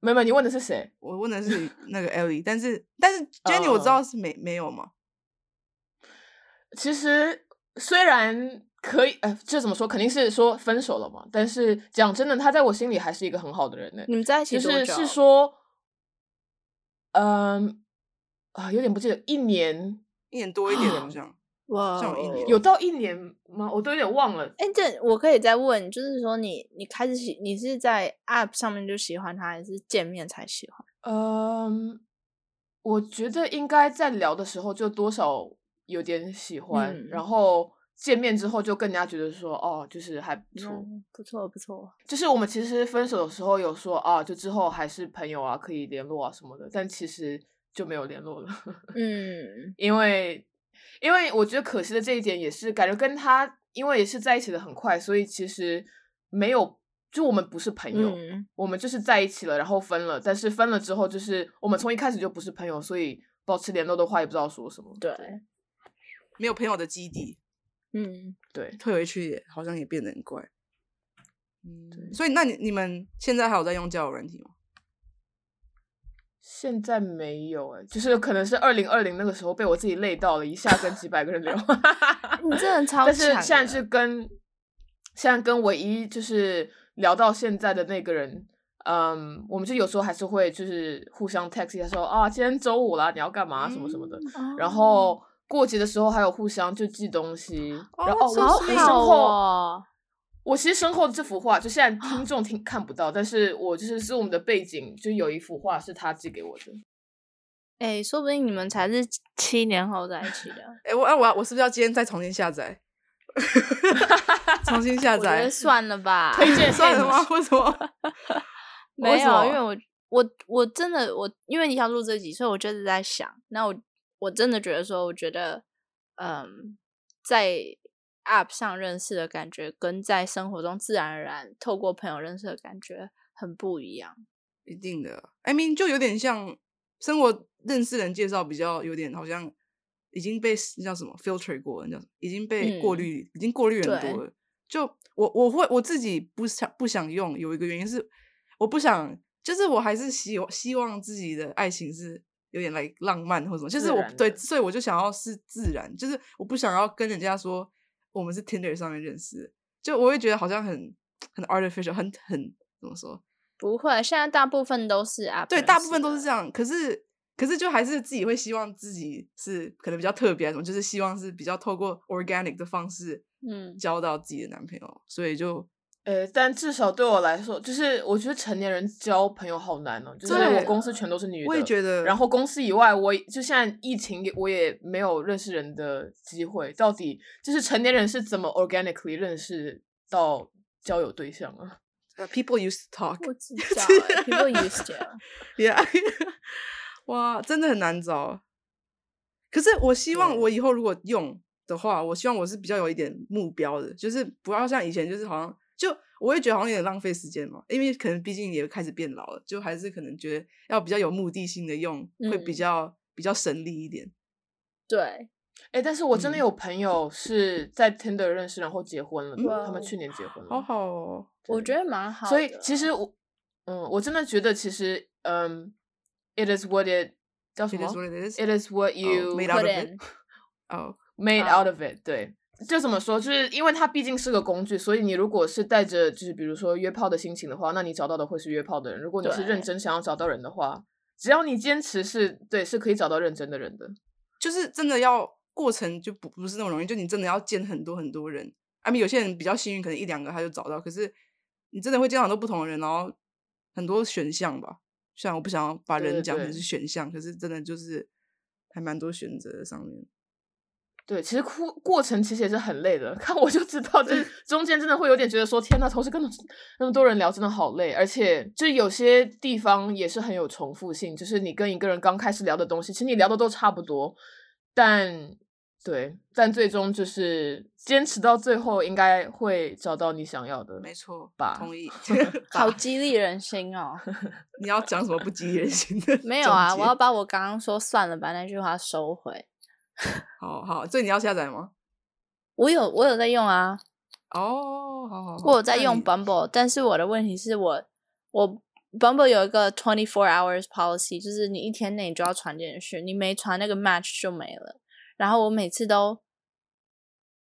[SPEAKER 3] 没有，没有你问的是谁？
[SPEAKER 1] 我问的是那个 Ellie，但是但是 Jenny
[SPEAKER 3] 哦
[SPEAKER 1] 我知道是没没有嘛，
[SPEAKER 3] 其实虽然可以，呃，这怎么说？肯定是说分手了嘛。但是讲真的，他在我心里还是一个很好的人呢、
[SPEAKER 2] 你们在一
[SPEAKER 3] 就
[SPEAKER 2] 起多
[SPEAKER 3] 是
[SPEAKER 2] 久啊
[SPEAKER 3] 是说，嗯、啊，有点不记得，一年
[SPEAKER 1] 一年多一点好像。
[SPEAKER 2] 哇
[SPEAKER 1] 像我一
[SPEAKER 2] 哦
[SPEAKER 1] 年
[SPEAKER 3] 有到一年吗？我都有点忘了。
[SPEAKER 2] 哎，这我可以再问，就是说你你开始喜你是在 App 上面就喜欢他，还是见面才喜欢？
[SPEAKER 3] 嗯，我觉得应该在聊的时候就多少有点喜欢，
[SPEAKER 2] 嗯
[SPEAKER 3] 然后见面之后就更加觉得说，哦，就是还不错。
[SPEAKER 2] 嗯，不错不错，
[SPEAKER 3] 就是我们其实分手的时候有说啊，就之后还是朋友啊，可以联络啊什么的，但其实就没有联络了，
[SPEAKER 2] 嗯，
[SPEAKER 3] 因为因为我觉得可惜的这一点也是，感觉跟他因为也是在一起的很快，所以其实没有，就我们不是朋友，
[SPEAKER 2] 嗯
[SPEAKER 3] 我们就是在一起了，然后分了，但是分了之后就是我们从一开始就不是朋友，所以保持联络的话也不知道说什么。
[SPEAKER 2] 对，
[SPEAKER 1] 没有朋友的基地，
[SPEAKER 2] 嗯，
[SPEAKER 3] 对，
[SPEAKER 1] 退回去也好像也变得很怪。嗯，
[SPEAKER 3] 对
[SPEAKER 1] 所以那你你们现在还有在用交友软体吗？
[SPEAKER 3] 现在没有哎、就是可能是二零二零那个时候被我自己累到了，一下跟几百个人聊。
[SPEAKER 2] 你真的超
[SPEAKER 3] 但是
[SPEAKER 2] 强
[SPEAKER 3] 现在
[SPEAKER 2] 的
[SPEAKER 3] 是跟现在跟唯一就是聊到现在的那个人，嗯，我们就有时候还是会就是互相 text 一下说啊，今天周五啦，你要干啊嘛什么什么的。
[SPEAKER 1] 嗯
[SPEAKER 2] 哦
[SPEAKER 3] 然后过节的时候还有互相就寄东西，然后、
[SPEAKER 1] 哦
[SPEAKER 3] 我
[SPEAKER 1] 好啊
[SPEAKER 2] 好
[SPEAKER 3] 我身
[SPEAKER 2] 好
[SPEAKER 3] 后、
[SPEAKER 2] 哦，
[SPEAKER 3] 我其实身后这幅画，就现在听众听看不到，但是我就是是我们的背景，就有一幅画是他寄给我 的。
[SPEAKER 2] 哎，说不定你们才是七年后在一起的。
[SPEAKER 1] 哎、我啊我要我是不是要今天再重新下载？重新下
[SPEAKER 2] 我觉
[SPEAKER 1] 载
[SPEAKER 2] 得？算了吧，
[SPEAKER 3] 推荐
[SPEAKER 1] 算了
[SPEAKER 3] 给你
[SPEAKER 1] 吗？为什么？
[SPEAKER 2] 没
[SPEAKER 1] 为什么
[SPEAKER 2] 有，因为我我我真的我因为你要录这集，所以我就是在想，那我我真的觉得说，我觉得嗯，在 App 上认识的感觉，跟在生活中自然而然透过朋友认识的感觉很不一样。
[SPEAKER 1] 一定的，I mean 就有点像生活认识人介绍，比较有点好像已经被那叫什么 filter 过了，那叫什么已经被过
[SPEAKER 2] 嗯
[SPEAKER 1] 滤，已经过滤很
[SPEAKER 2] 对
[SPEAKER 1] 多了。就我我会我自己不想不想用，有一个原因是我不想就是我还是希望希望自己的爱情是有点来浪漫或什么，就是
[SPEAKER 3] 自
[SPEAKER 1] 我
[SPEAKER 3] 然
[SPEAKER 1] 对，
[SPEAKER 3] 的
[SPEAKER 1] 所以我就想要是自然，就是我不想要跟人家说我们是 Tinder 上面认识的，就我会觉得好像很很 artificial，很很怎么说？
[SPEAKER 2] 不会，啊现在大部分都是啊，
[SPEAKER 1] 对，大部分都是这。样。可是可是就还是自己会希望自己是可能比较特别，什么就是希望是比较透过 organic 的方式
[SPEAKER 2] 嗯，
[SPEAKER 1] 交到自己的男朋友，所以就
[SPEAKER 3] 呃，但至少对我来说，就是我觉得成年人交朋友好难哦。就是
[SPEAKER 1] 对
[SPEAKER 3] 我公司全都是女的，
[SPEAKER 1] 我也觉得，
[SPEAKER 3] 然后公司以外，我就现在疫情也，我也没有认识人的机会。到底就是成年人是怎么 organically 认识到交友对象啊？
[SPEAKER 1] 呃 people used to talk，
[SPEAKER 2] 不知道欸，people used to it。
[SPEAKER 1] Yeah，哇，真的很难找。可是我希望
[SPEAKER 3] 对
[SPEAKER 1] 我以后如果用的话，我希望我是比较有一点目标的，就是不要像以前就是好像就我会觉得好像有点浪费时间嘛，因为可能毕竟也开始变老了，就还是可能觉得要比较有目的性的用，会比
[SPEAKER 2] 嗯
[SPEAKER 1] 较比较省力一点。
[SPEAKER 2] 对，
[SPEAKER 3] 哎，但是我真的
[SPEAKER 1] 嗯
[SPEAKER 3] 有朋友是在 Tinder 认识，然后结婚了的，
[SPEAKER 2] 哇
[SPEAKER 3] 他们
[SPEAKER 2] 哦
[SPEAKER 3] 去年结婚了。
[SPEAKER 1] 好啊好哦，
[SPEAKER 2] 我觉得蛮好的。
[SPEAKER 3] 所以其实我，嗯，我真的觉得其实，嗯，it is what it 叫什
[SPEAKER 1] It
[SPEAKER 3] 么
[SPEAKER 1] is what it is. 哦
[SPEAKER 3] It is what you、
[SPEAKER 1] made out
[SPEAKER 2] put
[SPEAKER 1] of
[SPEAKER 2] in，
[SPEAKER 1] it. 哦，
[SPEAKER 3] made
[SPEAKER 2] 啊
[SPEAKER 3] out of it，对。就怎么说，就是因为它毕竟是个工具，所以你如果是带着就是比如说约炮的心情的话，那你找到的会是约炮的人。如果你是认
[SPEAKER 2] 对
[SPEAKER 3] 真想要找到人的话，只要你坚持是，对，是可以找到认真的人的。
[SPEAKER 1] 就是真的要过程就不不是那么容易，就你真的要见很多很多人。I mean，有些人比较幸运，可能一两个他就找到，可是你真的会见到很多不同的人，然后很多选项吧。虽然我不想要把
[SPEAKER 3] 对
[SPEAKER 1] 人
[SPEAKER 3] 对
[SPEAKER 1] 讲成
[SPEAKER 3] 对
[SPEAKER 1] 是选项，可是真的就是还蛮多选择上面。
[SPEAKER 3] 对，其实过过程其实也是很累的， 看我就知道， 就是中间真的会有点觉得说，天呐，同时跟那那么多人聊，真的好累，而且就是有些地方也是很有重复性，就是你跟一个人刚开始聊的东西，其实你聊的都差不多，但对，但最终就是坚持到最后，应该会找到你想要的。
[SPEAKER 1] 没错，
[SPEAKER 3] 吧
[SPEAKER 1] 同 意吧。
[SPEAKER 2] 好激励人心哦。
[SPEAKER 1] 你要讲什么不激 人心的？
[SPEAKER 2] 没有啊，我要。把我刚刚说算了吧那句话收回。
[SPEAKER 1] 好好，所以你要下载吗？
[SPEAKER 2] 我有我有在用啊，
[SPEAKER 1] 哦，好好好。
[SPEAKER 2] 我有在
[SPEAKER 1] 那
[SPEAKER 2] 用
[SPEAKER 1] 你
[SPEAKER 2] Bumble，但是我的问题是我我 Bumble 有一个 twenty four hours policy，就是你一天内你就要传简讯，你没传那个 match 就没了。然后我每次都，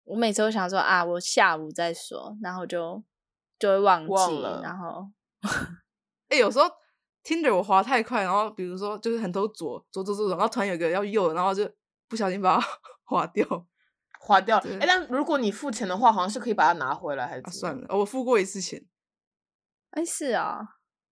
[SPEAKER 2] 我每次都想说啊，我下午再说，然后就就会忘记，
[SPEAKER 3] 忘了
[SPEAKER 2] 然后
[SPEAKER 1] 哎、有时候 Tinder 我滑太快，然后比如说就是很多左左左左，然后突然有一个要右的，然后就不小心把它 划掉
[SPEAKER 3] 花掉了
[SPEAKER 1] 对，
[SPEAKER 3] 哎，但如果你付钱的话，好像是可以把它拿回来，还是、
[SPEAKER 1] 啊，算。了，我付过一次钱，
[SPEAKER 2] 哎是啊、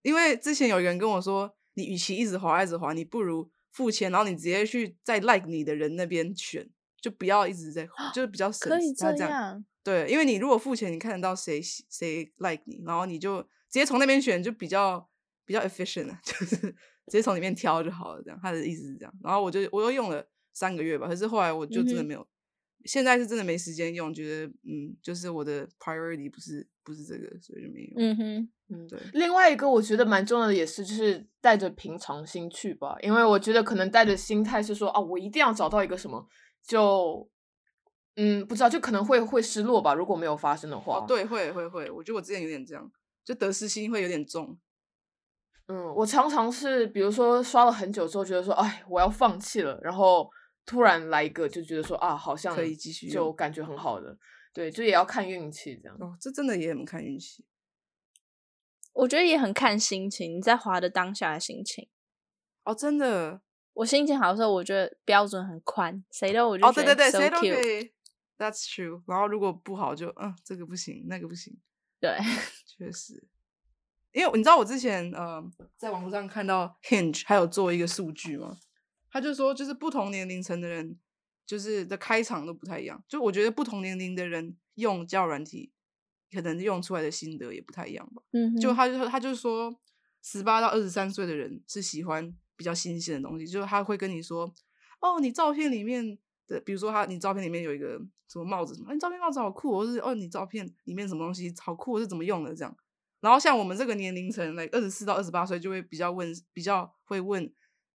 [SPEAKER 1] 因为之前有一个人跟我说，你与其一直滑一直滑，你不如付钱，然后你直接去在 like 你的人那边选，就不要一直在，就是比较省
[SPEAKER 2] 啊可以
[SPEAKER 1] 事他
[SPEAKER 2] 这
[SPEAKER 1] 这样
[SPEAKER 2] 样，
[SPEAKER 1] 对，因为你如果付钱，你看得到谁喜谁 like 你，然后你就直接从那边选，就比较比较 efficient 啊， 就是直接从里面挑就好了。这样，他的意思是这样。然后我就我又用了三个月吧，可是后来我就真的
[SPEAKER 2] 嗯哼
[SPEAKER 1] 没有，现在是真的没时间用，觉得嗯，就是我的 priority 不是不是这个，所以就没用。
[SPEAKER 2] 嗯哼，
[SPEAKER 3] 嗯
[SPEAKER 1] 对
[SPEAKER 3] 另外一个我觉得蛮重要的也是，就是带着平常心去吧，因为我觉得可能带着心态是说啊，我一定要找到一个什么，就嗯，不知道，就可能会会失落吧，如果没有发生的话。
[SPEAKER 1] 哦，，对，会会会，我觉得我之前有点这样，就得失心会有点重。
[SPEAKER 3] 嗯，我常常是比如说刷了很久之后，觉得说哎，我要放弃了，然后突然来一个，就觉得说啊，好像
[SPEAKER 1] 可以继续
[SPEAKER 3] 就
[SPEAKER 1] 用
[SPEAKER 3] 感觉很好的，对，就也要看运气这样。
[SPEAKER 1] 哦，这真的也很看运气。
[SPEAKER 2] 我觉得也很看心情，你在滑的当下的心情。
[SPEAKER 1] 哦，真的。
[SPEAKER 2] 我心情好的时候，我觉得标准很宽，谁都我就
[SPEAKER 1] 哦，
[SPEAKER 2] 觉
[SPEAKER 1] 对
[SPEAKER 2] 得
[SPEAKER 1] 对对，
[SPEAKER 2] so
[SPEAKER 1] 谁都
[SPEAKER 2] cute
[SPEAKER 1] 可以。That's true。然后如果不好就，嗯，这个不行，那个不行，
[SPEAKER 2] 对，
[SPEAKER 1] 确实。因为你知道我之前呃，在网络上看到 Hinge 还有做一个数据嘛，他就说就是不同年龄层的人，就是的开场都不太一样。就我觉得不同年龄的人用交友软体，可能用出来的心得也不太一样吧。
[SPEAKER 2] 嗯
[SPEAKER 1] 就
[SPEAKER 2] 哼
[SPEAKER 1] 他就他就说，十八到二十三岁的人是喜欢比较新鲜的东西，就是他会跟你说，哦，你照片里面的，比如说他你照片里面有一个什么帽子什么，哎你照片帽子好酷哦，或是哦你照片里面什么东西好酷，哦是怎么用的这样。然后像我们这个年龄层，like 二十四到二十八岁，哦就会比较问，比较会问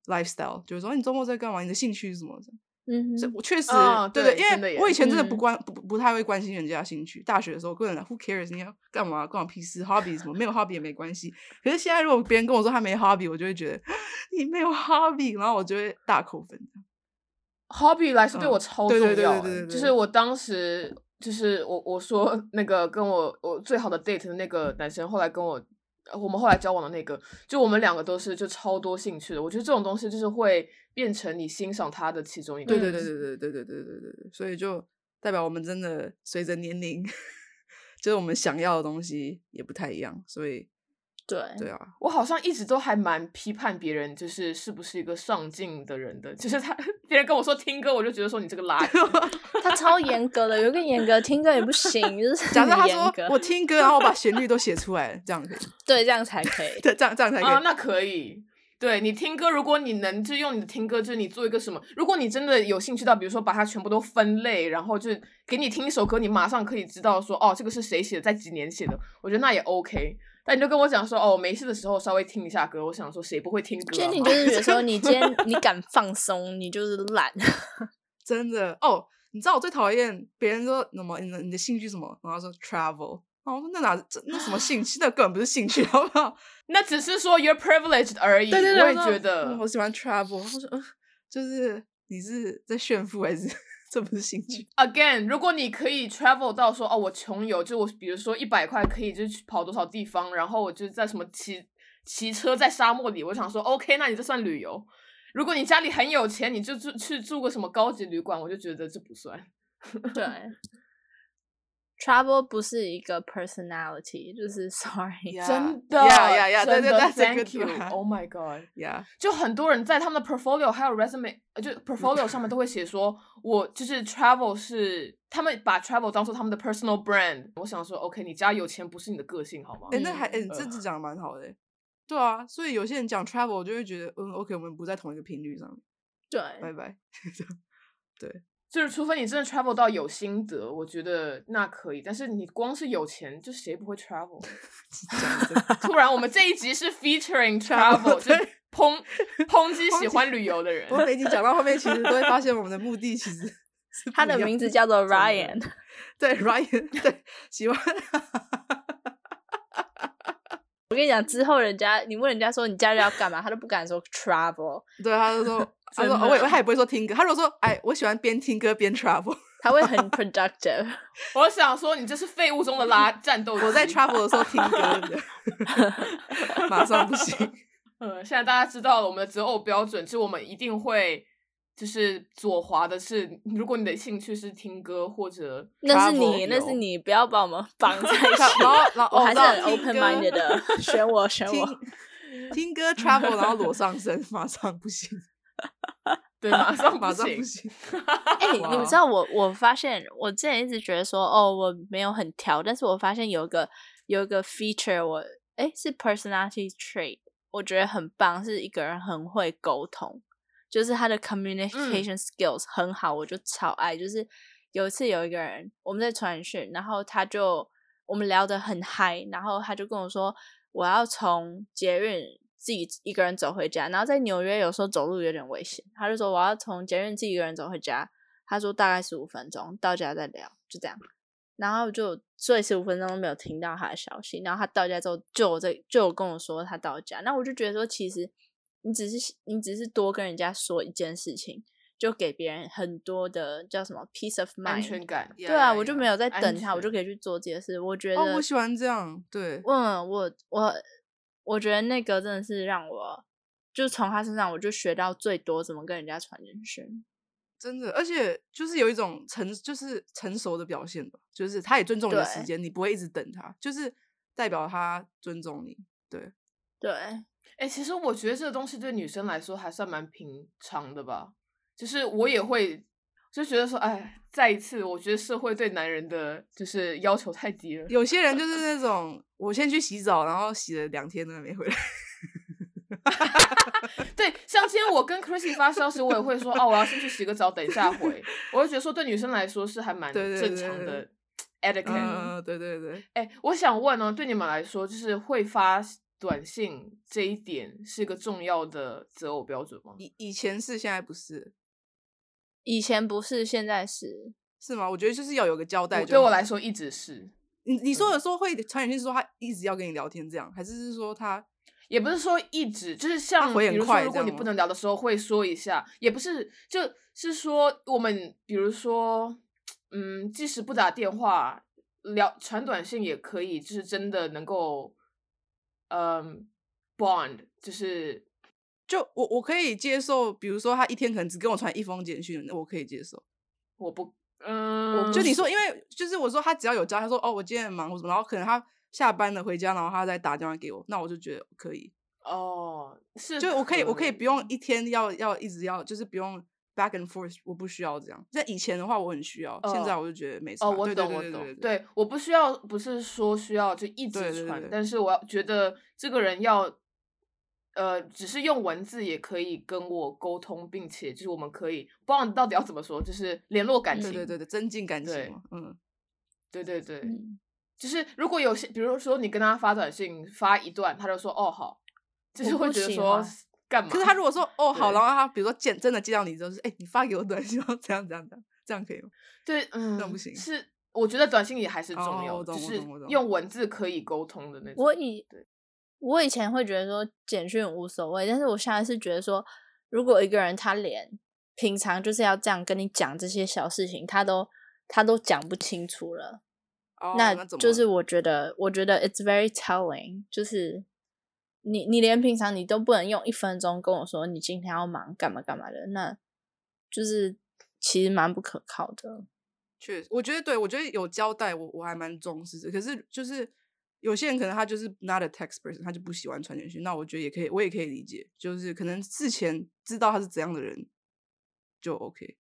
[SPEAKER 1] lifestyle，就是说、哎你周末在干嘛，你的兴趣是什么这样
[SPEAKER 2] 嗯
[SPEAKER 1] 所以
[SPEAKER 2] 哼，
[SPEAKER 1] 我确实、
[SPEAKER 3] 哦
[SPEAKER 1] 对
[SPEAKER 3] 对
[SPEAKER 1] 因
[SPEAKER 3] 真的
[SPEAKER 1] 为
[SPEAKER 3] 耶
[SPEAKER 1] 我以前真的不
[SPEAKER 2] 嗯
[SPEAKER 1] 关、不不太会关心人家的兴趣。大学的时候，个人 who cares，你要干嘛关我屁事，hobby 什么没有 hobby 也没关系。可是现在如果别人跟我说他没 hobby，我就会觉得你没有 hobby，然后我就会大扣分。
[SPEAKER 3] hobby 来是对
[SPEAKER 1] 嗯
[SPEAKER 3] 我超重
[SPEAKER 1] 对
[SPEAKER 3] 要
[SPEAKER 1] 对对
[SPEAKER 3] 的，
[SPEAKER 1] 对对对
[SPEAKER 3] 就是我当时就是我我说那个跟我我最好的 date 的那个男生，后来跟我呃我们后来交往的那个，就我们两个都是就超多兴趣的。我觉得这种东西就是会变成你欣赏他的其中一个。
[SPEAKER 1] 对对对对对对对对对对对，所以就代表我们真的随着年龄，就是我们想要的东西也不太一样，所以
[SPEAKER 2] 对，
[SPEAKER 1] 对啊，
[SPEAKER 3] 我好像一直都还蛮批判别人，就是是不是一个上进的人的。就是他 别人跟我说听歌，我就觉得 说你这个垃圾。
[SPEAKER 2] 他超严格的，有一个严格，听歌也不行，就是
[SPEAKER 1] 假
[SPEAKER 2] 很
[SPEAKER 1] 设他
[SPEAKER 2] 严
[SPEAKER 1] 说
[SPEAKER 2] 格
[SPEAKER 1] 我听歌，然后我把旋律都写出来了，这样可以，
[SPEAKER 2] 对这样才可以。
[SPEAKER 1] 这样这样才可以。
[SPEAKER 3] 啊，那可以。对你听歌，如果你能就用你的听歌，就是你做一个什么？如果你真的有兴趣到，比如说把它全部都分类，然后就是给你听一首歌，你马上可以知道说，哦，这个是谁写的，在几年写的，我觉得那也 OK。但你就跟我讲说，哦，我没事的时候稍微听一下歌，我想说谁不会听歌、
[SPEAKER 2] 就
[SPEAKER 3] 啊？
[SPEAKER 2] 你就是觉得说，你 今天你敢放松，你就是懒。
[SPEAKER 1] 真的哦，你知道我最讨厌别人说什么你的你的兴趣什么，然后说 travel，然后我说那哪这那什么兴 趣，那根本不是兴趣，好不好？
[SPEAKER 3] 那只是说 you're privileged 而已。
[SPEAKER 1] 对对对，
[SPEAKER 3] 我也
[SPEAKER 1] 说
[SPEAKER 3] 觉得
[SPEAKER 1] 嗯我喜欢 travel，我说、嗯， 就是你是在炫富还是 这不是兴 趣？
[SPEAKER 3] again，如果你可以 travel 到说哦，我穷游，就我比如说一百块可以就去跑多少地方，然后我就在什么骑骑车在沙漠里，我想说 OK，那你这算旅游。如果你家里很有钱，你就住去住个什么高级旅馆，我就觉得这不算。
[SPEAKER 2] 对，travel 不是一个 personality，就是 sorry。
[SPEAKER 3] 真的
[SPEAKER 1] Yeah, yeah, yeah，
[SPEAKER 3] 真
[SPEAKER 1] 对对
[SPEAKER 3] 的
[SPEAKER 1] ，that's a
[SPEAKER 3] ，Thank
[SPEAKER 1] good one
[SPEAKER 3] you，Oh my God。
[SPEAKER 1] 呀、
[SPEAKER 3] 就很多人在他们的 portfolio 还有 resume，呃 就 portfolio 上面都会写说，我就是 travel 是他们把 travel 当做他们的 personal brand。我想说，OK，你家有钱不是你的个性好吗？
[SPEAKER 1] 哎、那还哎、
[SPEAKER 2] 嗯
[SPEAKER 1] 你这次讲的蛮好的、欸，对啊，所以有些人讲 travel，我就会觉得嗯，OK，我们不在同一个频率上面，
[SPEAKER 2] 对，
[SPEAKER 1] 拜拜。
[SPEAKER 3] 就是除非你真的 travel 到有心得，我觉得那可以。但是你光是有钱，就谁不会 travel？
[SPEAKER 1] 讲真 的
[SPEAKER 3] 突然，我们这一集 是 featuring
[SPEAKER 1] Travel，
[SPEAKER 3] travel，就
[SPEAKER 1] 对
[SPEAKER 3] 抨 抨击喜欢旅游的人
[SPEAKER 1] 我。们每集讲到后面，其实都会发现我们的目的其实 是
[SPEAKER 2] 他
[SPEAKER 1] 不
[SPEAKER 2] 的
[SPEAKER 1] 一样
[SPEAKER 2] 名字叫做
[SPEAKER 1] 真的
[SPEAKER 2] Ryan。
[SPEAKER 1] 对 Ryan，对 喜欢
[SPEAKER 2] 我跟你讲，之后人家你问人家说你假日要干嘛，他都不敢说 travel，
[SPEAKER 1] 对，他就 说，他
[SPEAKER 3] 真
[SPEAKER 1] 说，
[SPEAKER 3] 的
[SPEAKER 1] 哦我也他也不会说听歌，他如果说，哎，我喜欢边听歌边 travel，
[SPEAKER 2] 他会 很 productive。
[SPEAKER 3] 我想说，你这是废物中 的拉战斗机。
[SPEAKER 1] 我在 travel 的时候听歌的， 马上不 行。
[SPEAKER 3] 嗯，现在大家知道了我们的择偶标准，就我们一定会就是左滑的是，如果你的兴趣是听歌或者
[SPEAKER 2] 那是
[SPEAKER 1] Travel
[SPEAKER 2] 你，那是
[SPEAKER 1] 有
[SPEAKER 2] 你，不要 把我们绑在一
[SPEAKER 1] 然
[SPEAKER 2] 起。
[SPEAKER 1] 后，然后
[SPEAKER 2] 我还是很
[SPEAKER 1] 哦听歌
[SPEAKER 2] open minded 的， 选我，选我。
[SPEAKER 1] 听听歌 travel，然后裸上身，马上不 行，
[SPEAKER 3] 对，马上
[SPEAKER 1] 马
[SPEAKER 3] 不
[SPEAKER 1] 上
[SPEAKER 3] 行
[SPEAKER 1] 不。行。
[SPEAKER 2] 哎、你
[SPEAKER 1] 哇
[SPEAKER 2] 们知道我，我发现我之前一直觉得说，哦，我没有很挑，但是我发现有一个有一个 feature，我哎是 personality trait，我觉得很棒，是一个人很会沟通，就是他的 communication skills 很好，我就超爱。就是有一次有一个人我们在传讯，然后他就我们聊得很嗨，然后他就跟我说，我要从捷运。自己一个人走回家，然后在纽约有时候走路有点危险，他就说我要从捷运自己一个人走回家，他说大概十五分钟到家再聊，就这样。然后就所以十五分钟都没有听到他的消息。然后他到家之后就有在就有跟我说他到家，那我就觉得说，其实你只是你只是多跟人家说一件事情，就给别人很多的叫什么 peace of
[SPEAKER 3] 安全
[SPEAKER 2] mind。
[SPEAKER 3] 感，
[SPEAKER 2] 对啊，我就没有在
[SPEAKER 3] 安
[SPEAKER 2] 等他，我就
[SPEAKER 3] 全
[SPEAKER 2] 可以去做这些事。我觉得，
[SPEAKER 1] 哦，我喜欢这样，对，
[SPEAKER 2] 嗯，我我我觉得那个真的是让我，就从他身上我就学到最多怎么跟人家传简讯。
[SPEAKER 1] 真的，而且就是有一种成，就是成熟的表现吧，就是他也尊重你的时
[SPEAKER 2] 对
[SPEAKER 1] 间，你不会一直等他，就是代表他尊重你。
[SPEAKER 2] 对，
[SPEAKER 3] 哎、其实我觉得这个东西对女生来说还算蛮平常的吧。就是我也会就觉得说，哎，再一次，我觉得社会对男人的就是要求太低了。
[SPEAKER 1] 有些人就是那种，我先去洗澡，然后洗了两天都没 回来。
[SPEAKER 3] 对，像今天我跟 Chrissy 发消息，我也会说，哦，我要先去洗个澡，等一 下回。我就觉得说，对女生来说是还蛮
[SPEAKER 1] 对对
[SPEAKER 3] 正
[SPEAKER 1] 对
[SPEAKER 3] 常
[SPEAKER 1] 对
[SPEAKER 3] 的 etiquette。
[SPEAKER 1] 嗯，对对对，
[SPEAKER 3] 哎，我想问哦，对你们来说，就是会发短信这一点是一个重要的择偶标准吗？
[SPEAKER 1] 以以前是，现在不是。
[SPEAKER 2] 以前不是，现在是。
[SPEAKER 1] 是吗？我觉得就是要有个交代
[SPEAKER 3] 我
[SPEAKER 1] 就好。
[SPEAKER 3] 对我来说嗯一直是，
[SPEAKER 1] 你你说的说会传简讯说他一直要跟你聊天这样，还是是说他
[SPEAKER 3] 也不是说一直就是像，
[SPEAKER 1] 回
[SPEAKER 3] 比
[SPEAKER 1] 很
[SPEAKER 3] 如
[SPEAKER 1] 快
[SPEAKER 3] 说，如
[SPEAKER 1] 这
[SPEAKER 3] 果
[SPEAKER 1] 样
[SPEAKER 3] 你
[SPEAKER 1] 吗
[SPEAKER 3] 不能聊的时候会说一下，也不是，就是说我们比如说，嗯，即使不打电话，聊传短信也可以，就是真的能够，嗯，bond，就是
[SPEAKER 1] 就我我可以接受，比如说他一天可能只跟我传一封简讯，那我可以接受。
[SPEAKER 3] 我不，嗯，
[SPEAKER 1] 就你说，因为就是我说他只要有交代，他说哦我今天很忙或什么，然后可能他下班了回家，然后他再打电话给我，那我就觉得可以，
[SPEAKER 3] 哦，是，
[SPEAKER 1] 就我可以我
[SPEAKER 3] 嗯
[SPEAKER 1] 可以不用一天要要一直要，就是不用 back and forth，我不需要这样。在以前的话我很需要，现在
[SPEAKER 3] 哦
[SPEAKER 1] 我就觉得没什
[SPEAKER 3] 哦，
[SPEAKER 1] 么。
[SPEAKER 3] 我
[SPEAKER 1] 对
[SPEAKER 3] 懂，
[SPEAKER 1] 对
[SPEAKER 3] 我
[SPEAKER 1] 对对
[SPEAKER 3] 懂。
[SPEAKER 1] 对，
[SPEAKER 3] 对，我不需要，不是说需要就一直
[SPEAKER 1] 对
[SPEAKER 3] 传，
[SPEAKER 1] 对对
[SPEAKER 3] 但是我要觉得这个人要，呃，只是用文字也可以跟我沟通，并且就是我们可以不知道到底要怎么说，就是联络感
[SPEAKER 1] 对
[SPEAKER 3] 情。
[SPEAKER 1] 对对对，增进感
[SPEAKER 3] 对
[SPEAKER 1] 情嘛，嗯，
[SPEAKER 3] 对对对
[SPEAKER 2] 嗯
[SPEAKER 3] 就是如果有些，比如说你跟他发短信发一段，他就说哦好，就是
[SPEAKER 2] 我
[SPEAKER 3] 会
[SPEAKER 2] 不
[SPEAKER 3] 觉得
[SPEAKER 2] 喜
[SPEAKER 3] 说
[SPEAKER 2] 欢
[SPEAKER 3] 干嘛？
[SPEAKER 1] 啊可是他如果说哦好，
[SPEAKER 3] 对
[SPEAKER 1] 然后他比如说见真的见到你之后，就是哎、你发给我短信，然后怎样怎样怎样，这样可以吗？
[SPEAKER 3] 对，嗯，
[SPEAKER 1] 样不行
[SPEAKER 3] 是。我觉得短信也还是重
[SPEAKER 1] 哦
[SPEAKER 3] 要
[SPEAKER 1] 我
[SPEAKER 3] 的，
[SPEAKER 1] 懂
[SPEAKER 3] 就
[SPEAKER 1] 我
[SPEAKER 3] 是
[SPEAKER 1] 懂我懂
[SPEAKER 3] 用文字可以沟通的那种。
[SPEAKER 2] 我以
[SPEAKER 3] 对
[SPEAKER 2] 我以前会觉得说简讯无所谓，但是我现在是觉得说，如果一个人他连平常就是要这样跟你讲这些小事情，他都他都讲不清楚了，
[SPEAKER 1] 哦，
[SPEAKER 2] 那
[SPEAKER 1] 怎么
[SPEAKER 2] 就
[SPEAKER 1] 了
[SPEAKER 2] 是我觉得，我觉得 it's very telling，就是你你连平常你都不能用一分钟跟我说你今天要忙干嘛干嘛的，那就是其实蛮不可靠的。
[SPEAKER 1] 确实，我觉得对，我觉得有交代我，我还蛮重视的。可是就是有些人可能他就是 not a text person，他就不喜欢传简讯。那我觉得也可以，我也可以理解，就是可能事前知道他是怎样的人就 OK。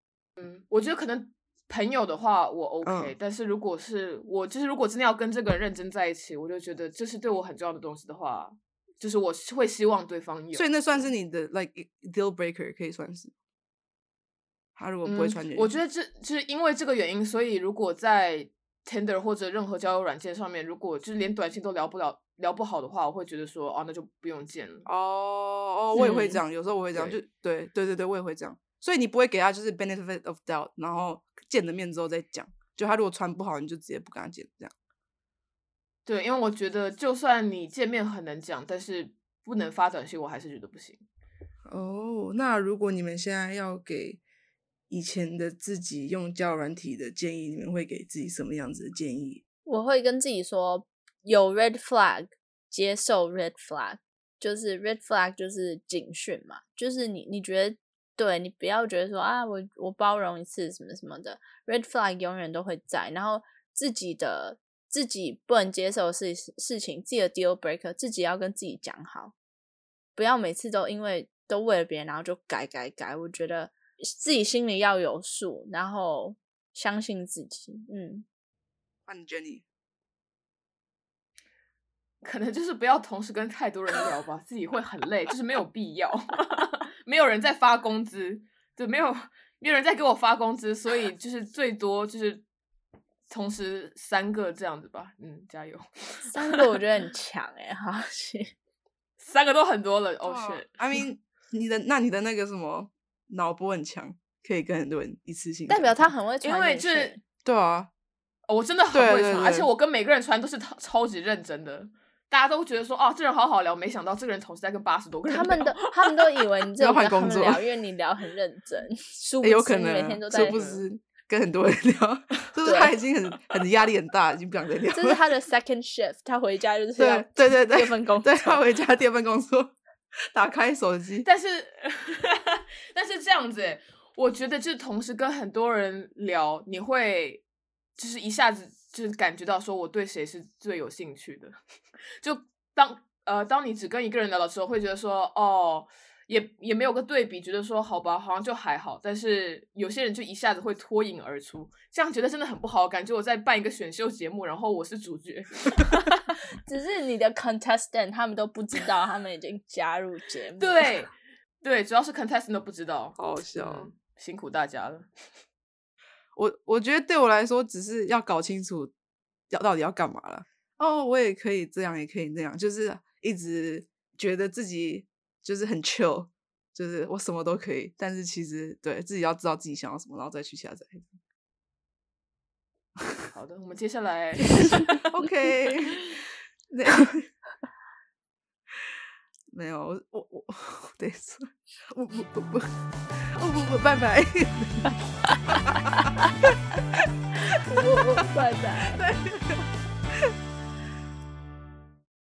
[SPEAKER 3] 我觉得可能朋友的话我 OK，、
[SPEAKER 1] 嗯
[SPEAKER 3] 但是如果是我，就是如果真的要跟这个人认真在一起，我就觉得这是对我很重要的东西的话，就是我是会希望对方有。
[SPEAKER 1] 所以那算是你的 like deal breaker，可以算是。他如果不会
[SPEAKER 3] 嗯
[SPEAKER 1] 传简讯，
[SPEAKER 3] 我觉得这就是因为这个原因，所以如果在 Tinder 或者任何交友软件上面，如果就是连短信都聊不了、聊不好的话，我会觉得说哦，那就不用见了。
[SPEAKER 1] 哦哦，我也会这
[SPEAKER 2] 嗯
[SPEAKER 1] 样，有时候我会这样，
[SPEAKER 3] 对
[SPEAKER 1] 就对对对对，我也会这样。所以你不会给他就是 benefit of doubt，然后见了面之后再讲。就他如果传不好，你就直接不跟他见，这样。
[SPEAKER 3] 对，因为我觉得就算你见面很能讲，但是不能发短信，我还是觉得不行。
[SPEAKER 1] 哦，那如果你们现在要给以前的自己用交友软体的建议，你们会给自己什么样子的建议？
[SPEAKER 2] 我会跟自己说，有 red flag，接受 red flag，就是 red flag 就是警讯嘛，就是你你觉得对你不要觉得说啊，我我包容一次什么什么的，red flag 永远都会在，然后自己的自己不能接受的事事情，自己的 deal breaker，自己要跟自己讲好，不要每次都因为都为了别人，然后就改改改，我觉得自己心里要有数，然后相信自己，嗯。
[SPEAKER 1] 那你 Jenny
[SPEAKER 3] 可能就是不要同时跟太多人聊吧，自己会很累，就是没有必要。 没有人在发工资，对，没有没有人在给我发工资，所以就是最多就是同时三个这样子吧。嗯，加油，
[SPEAKER 2] 三个我觉得很强
[SPEAKER 1] 欸
[SPEAKER 2] 哎、好谢。
[SPEAKER 3] 三个都很多了。哦、
[SPEAKER 1] 哇
[SPEAKER 3] shit，
[SPEAKER 1] ，I mean，你的那你的那个什么脑波很强，可以跟很多人一次性
[SPEAKER 2] 代
[SPEAKER 1] 讲
[SPEAKER 2] 表他
[SPEAKER 1] 话
[SPEAKER 2] 很会
[SPEAKER 3] 因
[SPEAKER 2] 传
[SPEAKER 3] 为
[SPEAKER 2] 简
[SPEAKER 3] 就
[SPEAKER 2] 讯
[SPEAKER 3] 是
[SPEAKER 1] 对啊，
[SPEAKER 3] 哦我真的很
[SPEAKER 1] 对
[SPEAKER 3] 会
[SPEAKER 1] 对
[SPEAKER 3] 传，而
[SPEAKER 1] 对
[SPEAKER 3] 且我跟每个人传都是超超级认真的。大家都觉得说哦，这人好好聊，没想到这个人同时在跟八十多个人
[SPEAKER 2] 他们
[SPEAKER 3] 聊
[SPEAKER 2] 都他们都以 为你只
[SPEAKER 1] 要
[SPEAKER 2] 有
[SPEAKER 1] 换
[SPEAKER 2] 跟他
[SPEAKER 1] 工
[SPEAKER 2] 们
[SPEAKER 1] 作哎
[SPEAKER 2] 聊，因为你聊很认真，殊不
[SPEAKER 1] 也有
[SPEAKER 2] 知
[SPEAKER 1] 可
[SPEAKER 2] 你
[SPEAKER 1] 能
[SPEAKER 2] 每
[SPEAKER 1] 啊
[SPEAKER 2] 天都在
[SPEAKER 1] 殊不知跟很多人聊，就是
[SPEAKER 2] 对啊
[SPEAKER 1] 他已经很很压力很大，已经不想再聊
[SPEAKER 2] 这是
[SPEAKER 1] 了。
[SPEAKER 2] 他的 second shift，他回家就是要
[SPEAKER 1] 对对对对，
[SPEAKER 2] 第二份工作
[SPEAKER 1] 对， 他回家第二份工作， 打开手机，
[SPEAKER 3] 但是， 但是这样子欸，我觉得就是同时跟很多人聊，你会就是一下子就是感觉到说我对谁是最有兴趣的。 就当呃，当你只跟一个人聊的时候，会觉得说哦，也也没有个对比，觉得说好吧，好像就还好。但是有些人就一下子会脱颖而出，这样觉得真的很不好，感觉我在办一个选秀节目，然后我是主角。
[SPEAKER 1] 嗯
[SPEAKER 2] 只是你的 contestant 他们都不知道，他们已经加入节目。，
[SPEAKER 3] 对，对，主要是 contestant 都不知道，
[SPEAKER 1] 好好笑哦。
[SPEAKER 3] 嗯，辛苦大家了。
[SPEAKER 1] 我我觉得对我来说，只是要搞清楚要到底要干嘛了。哦，我也可以这样，也可以那样，就是一直觉得自己就是很 chill，就是我什么都可以，但是其实对自己要知道自己想要什么，然后再去下载。
[SPEAKER 3] 好的，我们接下来
[SPEAKER 1] OK，那没有，我我我 等一下，我不不 不，我不不，拜拜，
[SPEAKER 2] 我我拜拜。
[SPEAKER 1] 对。